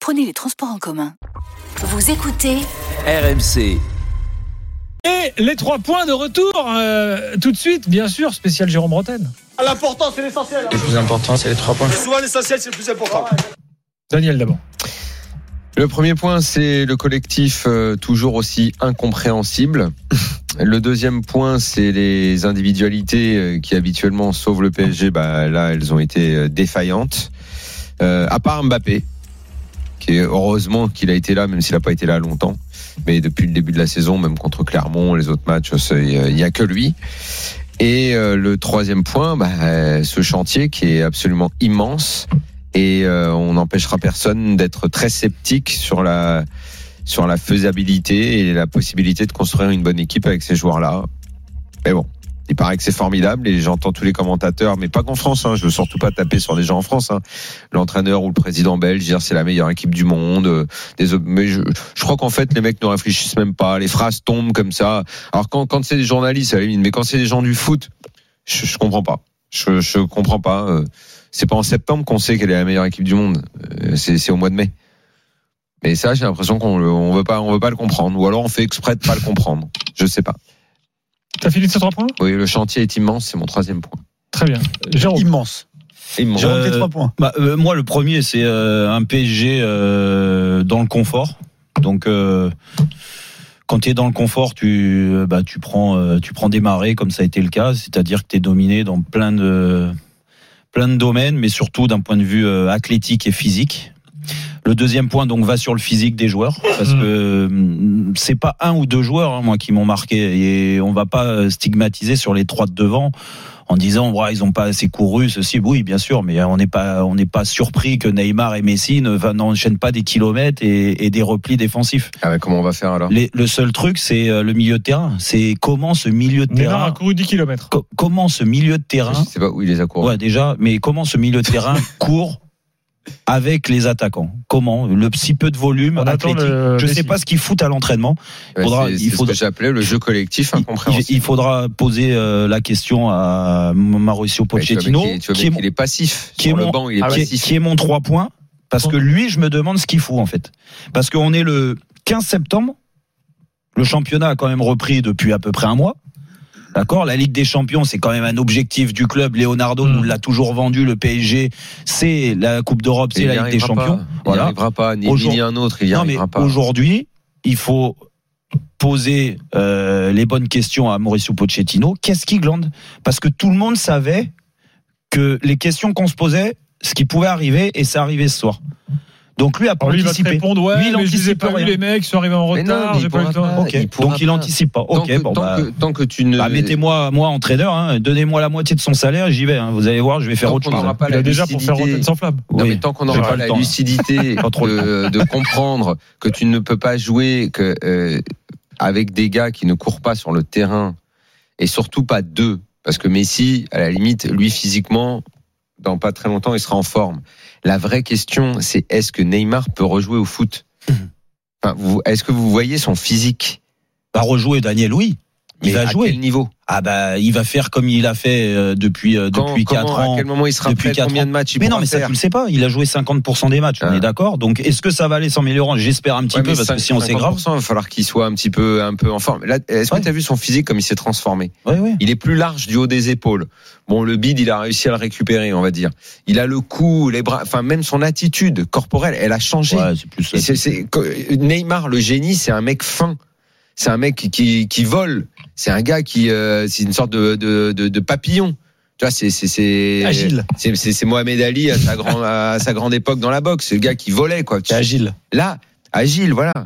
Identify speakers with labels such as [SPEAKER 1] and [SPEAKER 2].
[SPEAKER 1] prenez les transports en commun.
[SPEAKER 2] Vous écoutez
[SPEAKER 3] RMC.
[SPEAKER 4] Et les trois points de retour, euh, tout de suite, bien sûr, spécial Jérôme Bretagne.
[SPEAKER 5] L'important, c'est l'essentiel.
[SPEAKER 6] Le plus important, c'est les trois points.
[SPEAKER 5] Et souvent, l'essentiel, c'est le plus important.
[SPEAKER 4] Daniel d'abord.
[SPEAKER 6] Le premier point, c'est le collectif euh, toujours aussi incompréhensible. Le deuxième point, c'est les individualités euh, qui habituellement sauvent le PSG. Bah, là, elles ont été euh, défaillantes. Euh, à part Mbappé, qui est heureusement qu'il a été là, même s'il n'a pas été là longtemps. Mais depuis le début de la saison, même contre Clermont, les autres matchs, c'est, euh, il n'y a que lui. Et euh, le troisième point, bah, euh, ce chantier qui est absolument immense et euh, on n'empêchera personne d'être très sceptique sur la sur la faisabilité et la possibilité de construire une bonne équipe avec ces joueurs-là. Mais bon, il paraît que c'est formidable et j'entends tous les commentateurs, mais pas qu'en France. Hein, je veux surtout pas taper sur des gens en France. Hein. L'entraîneur ou le président belge dire c'est la meilleure équipe du monde. euh, des ob- mais je, je crois qu'en fait les mecs ne réfléchissent même pas. Les phrases tombent comme ça. Alors quand quand c'est des journalistes, à la limite, mais quand c'est des gens du foot, je, je comprends pas. Je je comprends pas. euh, c'est pas en septembre qu'on sait qu'elle est la meilleure équipe du monde. Euh, C'est c'est au mois de mai. Et ça, j'ai l'impression qu'on le- on veut pas, on veut pas le comprendre. Ou alors on fait exprès de pas le comprendre. Je sais pas.
[SPEAKER 4] T'as fini de ces trois points
[SPEAKER 6] Oui, le chantier est immense. C'est mon troisième point.
[SPEAKER 4] Très bien. Jérôme.
[SPEAKER 7] Immense.
[SPEAKER 6] Immense.
[SPEAKER 7] Jérôme, tes trois points.
[SPEAKER 8] Bah, euh, moi, le premier, c'est euh, un PSG euh, dans le confort. Donc, euh, quand tu es dans le confort, tu, euh, bah, tu, prends, euh, tu prends des marées, comme ça a été le cas. C'est-à-dire que tu es dominé dans plein de, plein de domaines, mais surtout d'un point de vue euh, athlétique et physique. Le deuxième point donc va sur le physique des joueurs parce
[SPEAKER 4] Mhm.
[SPEAKER 8] que euh, c'est pas un ou deux joueurs hein, moi qui m'ont marqué et on va pas euh, stigmatiser sur les trois de devant en disant ouais, ils ont pas assez couru ceci oui bien sûr mais on n'est pas on n'est pas surpris que Neymar et Messi ne enfin, n'enchaînent pas des kilomètres et, et des replis défensifs.
[SPEAKER 6] Ah ouais, comment on va faire alors
[SPEAKER 8] Les- le seul truc c'est euh, le milieu de terrain, c'est comment ce milieu de
[SPEAKER 4] Neymar a
[SPEAKER 8] terrain
[SPEAKER 4] couru 10 km.
[SPEAKER 8] co- comment ce milieu de
[SPEAKER 6] Je
[SPEAKER 8] terrain
[SPEAKER 6] sais pas où il les a courus.
[SPEAKER 8] Ouais, déjà, mais comment ce milieu de terrain court avec les attaquants Comment Le si peu de volume
[SPEAKER 4] On attend
[SPEAKER 8] athlétique.
[SPEAKER 4] le-
[SPEAKER 8] Je
[SPEAKER 4] Messi.
[SPEAKER 8] sais pas ce qu'ils foutent à l'entraînement.
[SPEAKER 6] Ouais,
[SPEAKER 8] faudra-
[SPEAKER 6] Eh ben, c'est-
[SPEAKER 8] il
[SPEAKER 6] c'est ce
[SPEAKER 8] faudra-
[SPEAKER 6] que j'appelais le jeu collectif
[SPEAKER 8] Il,
[SPEAKER 6] incompréhensible.
[SPEAKER 8] il faudra poser euh, la question à Mauricio
[SPEAKER 6] Ouais, tu vois bien
[SPEAKER 8] Pochettino,
[SPEAKER 6] qu'il est- tu vois
[SPEAKER 8] qui, est
[SPEAKER 6] bien
[SPEAKER 8] mon,
[SPEAKER 6] qu'il est passif.
[SPEAKER 8] qui est
[SPEAKER 6] Sur le
[SPEAKER 8] mon-
[SPEAKER 6] banc, il est
[SPEAKER 4] Ah ouais.
[SPEAKER 8] qui est-
[SPEAKER 6] passif.
[SPEAKER 8] qui est mon 3 points, parce que lui, je me demande ce qu'il fout en fait. Parce qu'on est le 15 septembre, le championnat a quand même repris depuis à peu près un mois. D'accord La Ligue des Champions, c'est quand même un objectif du club. Leonardo
[SPEAKER 6] Hmm.
[SPEAKER 4] Mm.
[SPEAKER 8] nous l'a toujours vendu. Le PSG, c'est la Coupe d'Europe,
[SPEAKER 6] Et
[SPEAKER 8] c'est
[SPEAKER 6] il
[SPEAKER 8] la
[SPEAKER 6] n'y
[SPEAKER 8] Ligue des
[SPEAKER 6] arrivera
[SPEAKER 8] Champions.
[SPEAKER 6] pas. Il n'y
[SPEAKER 8] Voilà.
[SPEAKER 6] arrivera pas. Ni lui,
[SPEAKER 8] Aujourd'hui-
[SPEAKER 6] ni un autre. Il n'y
[SPEAKER 8] Non, mais
[SPEAKER 6] arrivera pas.
[SPEAKER 8] aujourd'hui, il faut poser euh, les bonnes questions à Mauricio Pochettino. Qu'est-ce qui glande Parce que tout le monde savait que les questions qu'on se posait, ce qui pouvait arriver, et ça arrivait ce soir. Donc lui a pas
[SPEAKER 4] Alors lui, il va te
[SPEAKER 8] anticipé.
[SPEAKER 4] répondre Ouais,
[SPEAKER 8] Lui, il
[SPEAKER 4] mais je les ai
[SPEAKER 8] anticipe
[SPEAKER 4] pas
[SPEAKER 8] rien.
[SPEAKER 4] vus, les mecs, ils sont arrivés en
[SPEAKER 6] Mais non,
[SPEAKER 4] retard,
[SPEAKER 6] mais il
[SPEAKER 4] j'ai pas eu le
[SPEAKER 6] pourra
[SPEAKER 4] temps.
[SPEAKER 6] pas.
[SPEAKER 8] Ok,
[SPEAKER 6] Il pourra
[SPEAKER 8] donc il
[SPEAKER 6] pas.
[SPEAKER 8] anticipe pas.
[SPEAKER 6] Tant
[SPEAKER 8] Ok,
[SPEAKER 6] que-
[SPEAKER 8] bon,
[SPEAKER 6] tant
[SPEAKER 8] bah,
[SPEAKER 6] que- Tant que tu ne.
[SPEAKER 8] bah, mettez-moi moi entraîneur, hein, donnez-moi la moitié de son salaire, j'y vais. hein. vous allez voir, je vais faire
[SPEAKER 6] Tant
[SPEAKER 8] autre
[SPEAKER 6] qu'on
[SPEAKER 8] chose.
[SPEAKER 6] n'aura pas
[SPEAKER 4] Il
[SPEAKER 6] la
[SPEAKER 4] a déjà pour faire
[SPEAKER 6] lucidité-
[SPEAKER 4] rentrer sans flamme.
[SPEAKER 6] Non,
[SPEAKER 8] Oui.
[SPEAKER 6] mais tant qu'on
[SPEAKER 8] J'ai
[SPEAKER 6] n'aura
[SPEAKER 8] pas
[SPEAKER 6] pas
[SPEAKER 8] le
[SPEAKER 6] la
[SPEAKER 8] temps.
[SPEAKER 6] lucidité
[SPEAKER 8] Pas trop le
[SPEAKER 6] de, de comprendre que tu ne peux pas jouer que, euh, avec des gars qui ne courent pas sur le terrain, et surtout pas deux, parce que Messi, à la limite, lui physiquement, dans pas très longtemps, il sera en forme. La vraie question, c'est est-ce que Neymar peut rejouer au foot
[SPEAKER 8] Hum.
[SPEAKER 6] Enfin, vous- Est-ce que vous voyez son physique
[SPEAKER 8] Bah, rejouer Daniel, oui. Il
[SPEAKER 6] Mais
[SPEAKER 8] va
[SPEAKER 6] à
[SPEAKER 8] jouer.
[SPEAKER 6] quel niveau
[SPEAKER 8] Ah bah, il va faire comme il a fait euh, depuis euh,
[SPEAKER 6] Quand-
[SPEAKER 8] depuis
[SPEAKER 6] comment,
[SPEAKER 8] 4
[SPEAKER 6] À
[SPEAKER 8] ans.
[SPEAKER 6] quel moment il sera
[SPEAKER 8] depuis
[SPEAKER 6] prêt
[SPEAKER 8] quatre
[SPEAKER 6] Combien
[SPEAKER 8] ans.
[SPEAKER 6] de matchs il
[SPEAKER 8] Mais non,
[SPEAKER 6] pourra
[SPEAKER 8] mais ça,
[SPEAKER 6] faire
[SPEAKER 8] tu le sais pas. Il a joué 50% des matchs, on
[SPEAKER 6] Ah.
[SPEAKER 8] est d'accord. Donc, est-ce que ça va aller s'améliorer J'espère un petit
[SPEAKER 6] Ouais,
[SPEAKER 8] peu,
[SPEAKER 6] mais
[SPEAKER 8] parce que
[SPEAKER 6] 5-
[SPEAKER 8] si on s'égrave.
[SPEAKER 6] 50%, Il va falloir qu'il soit un petit peu, un peu en forme. Là, est-ce que
[SPEAKER 8] Ouais.
[SPEAKER 6] tu as vu son physique comme il s'est transformé
[SPEAKER 8] Ouais, ouais.
[SPEAKER 6] Il est plus large du haut des épaules. Bon, le bide, il a réussi à le récupérer, on va dire. Il a le cou, les bras, enfin même son attitude corporelle, elle a changé.
[SPEAKER 8] Ouais, c'est plus.
[SPEAKER 6] Et c'est- c'est- que- Neymar, le génie, c'est un mec fin. C'est un mec qui, qui vole. C'est un gars qui, euh, c'est une sorte de, de, de, de papillon. Tu vois, c'est c'est c'est
[SPEAKER 7] Agile.
[SPEAKER 6] C'est c'est- c'est Mohamed Ali à sa grande à sa grande époque dans la boxe. C'est le gars qui volait quoi. Tu-
[SPEAKER 7] agile.
[SPEAKER 6] Là, agile, voilà.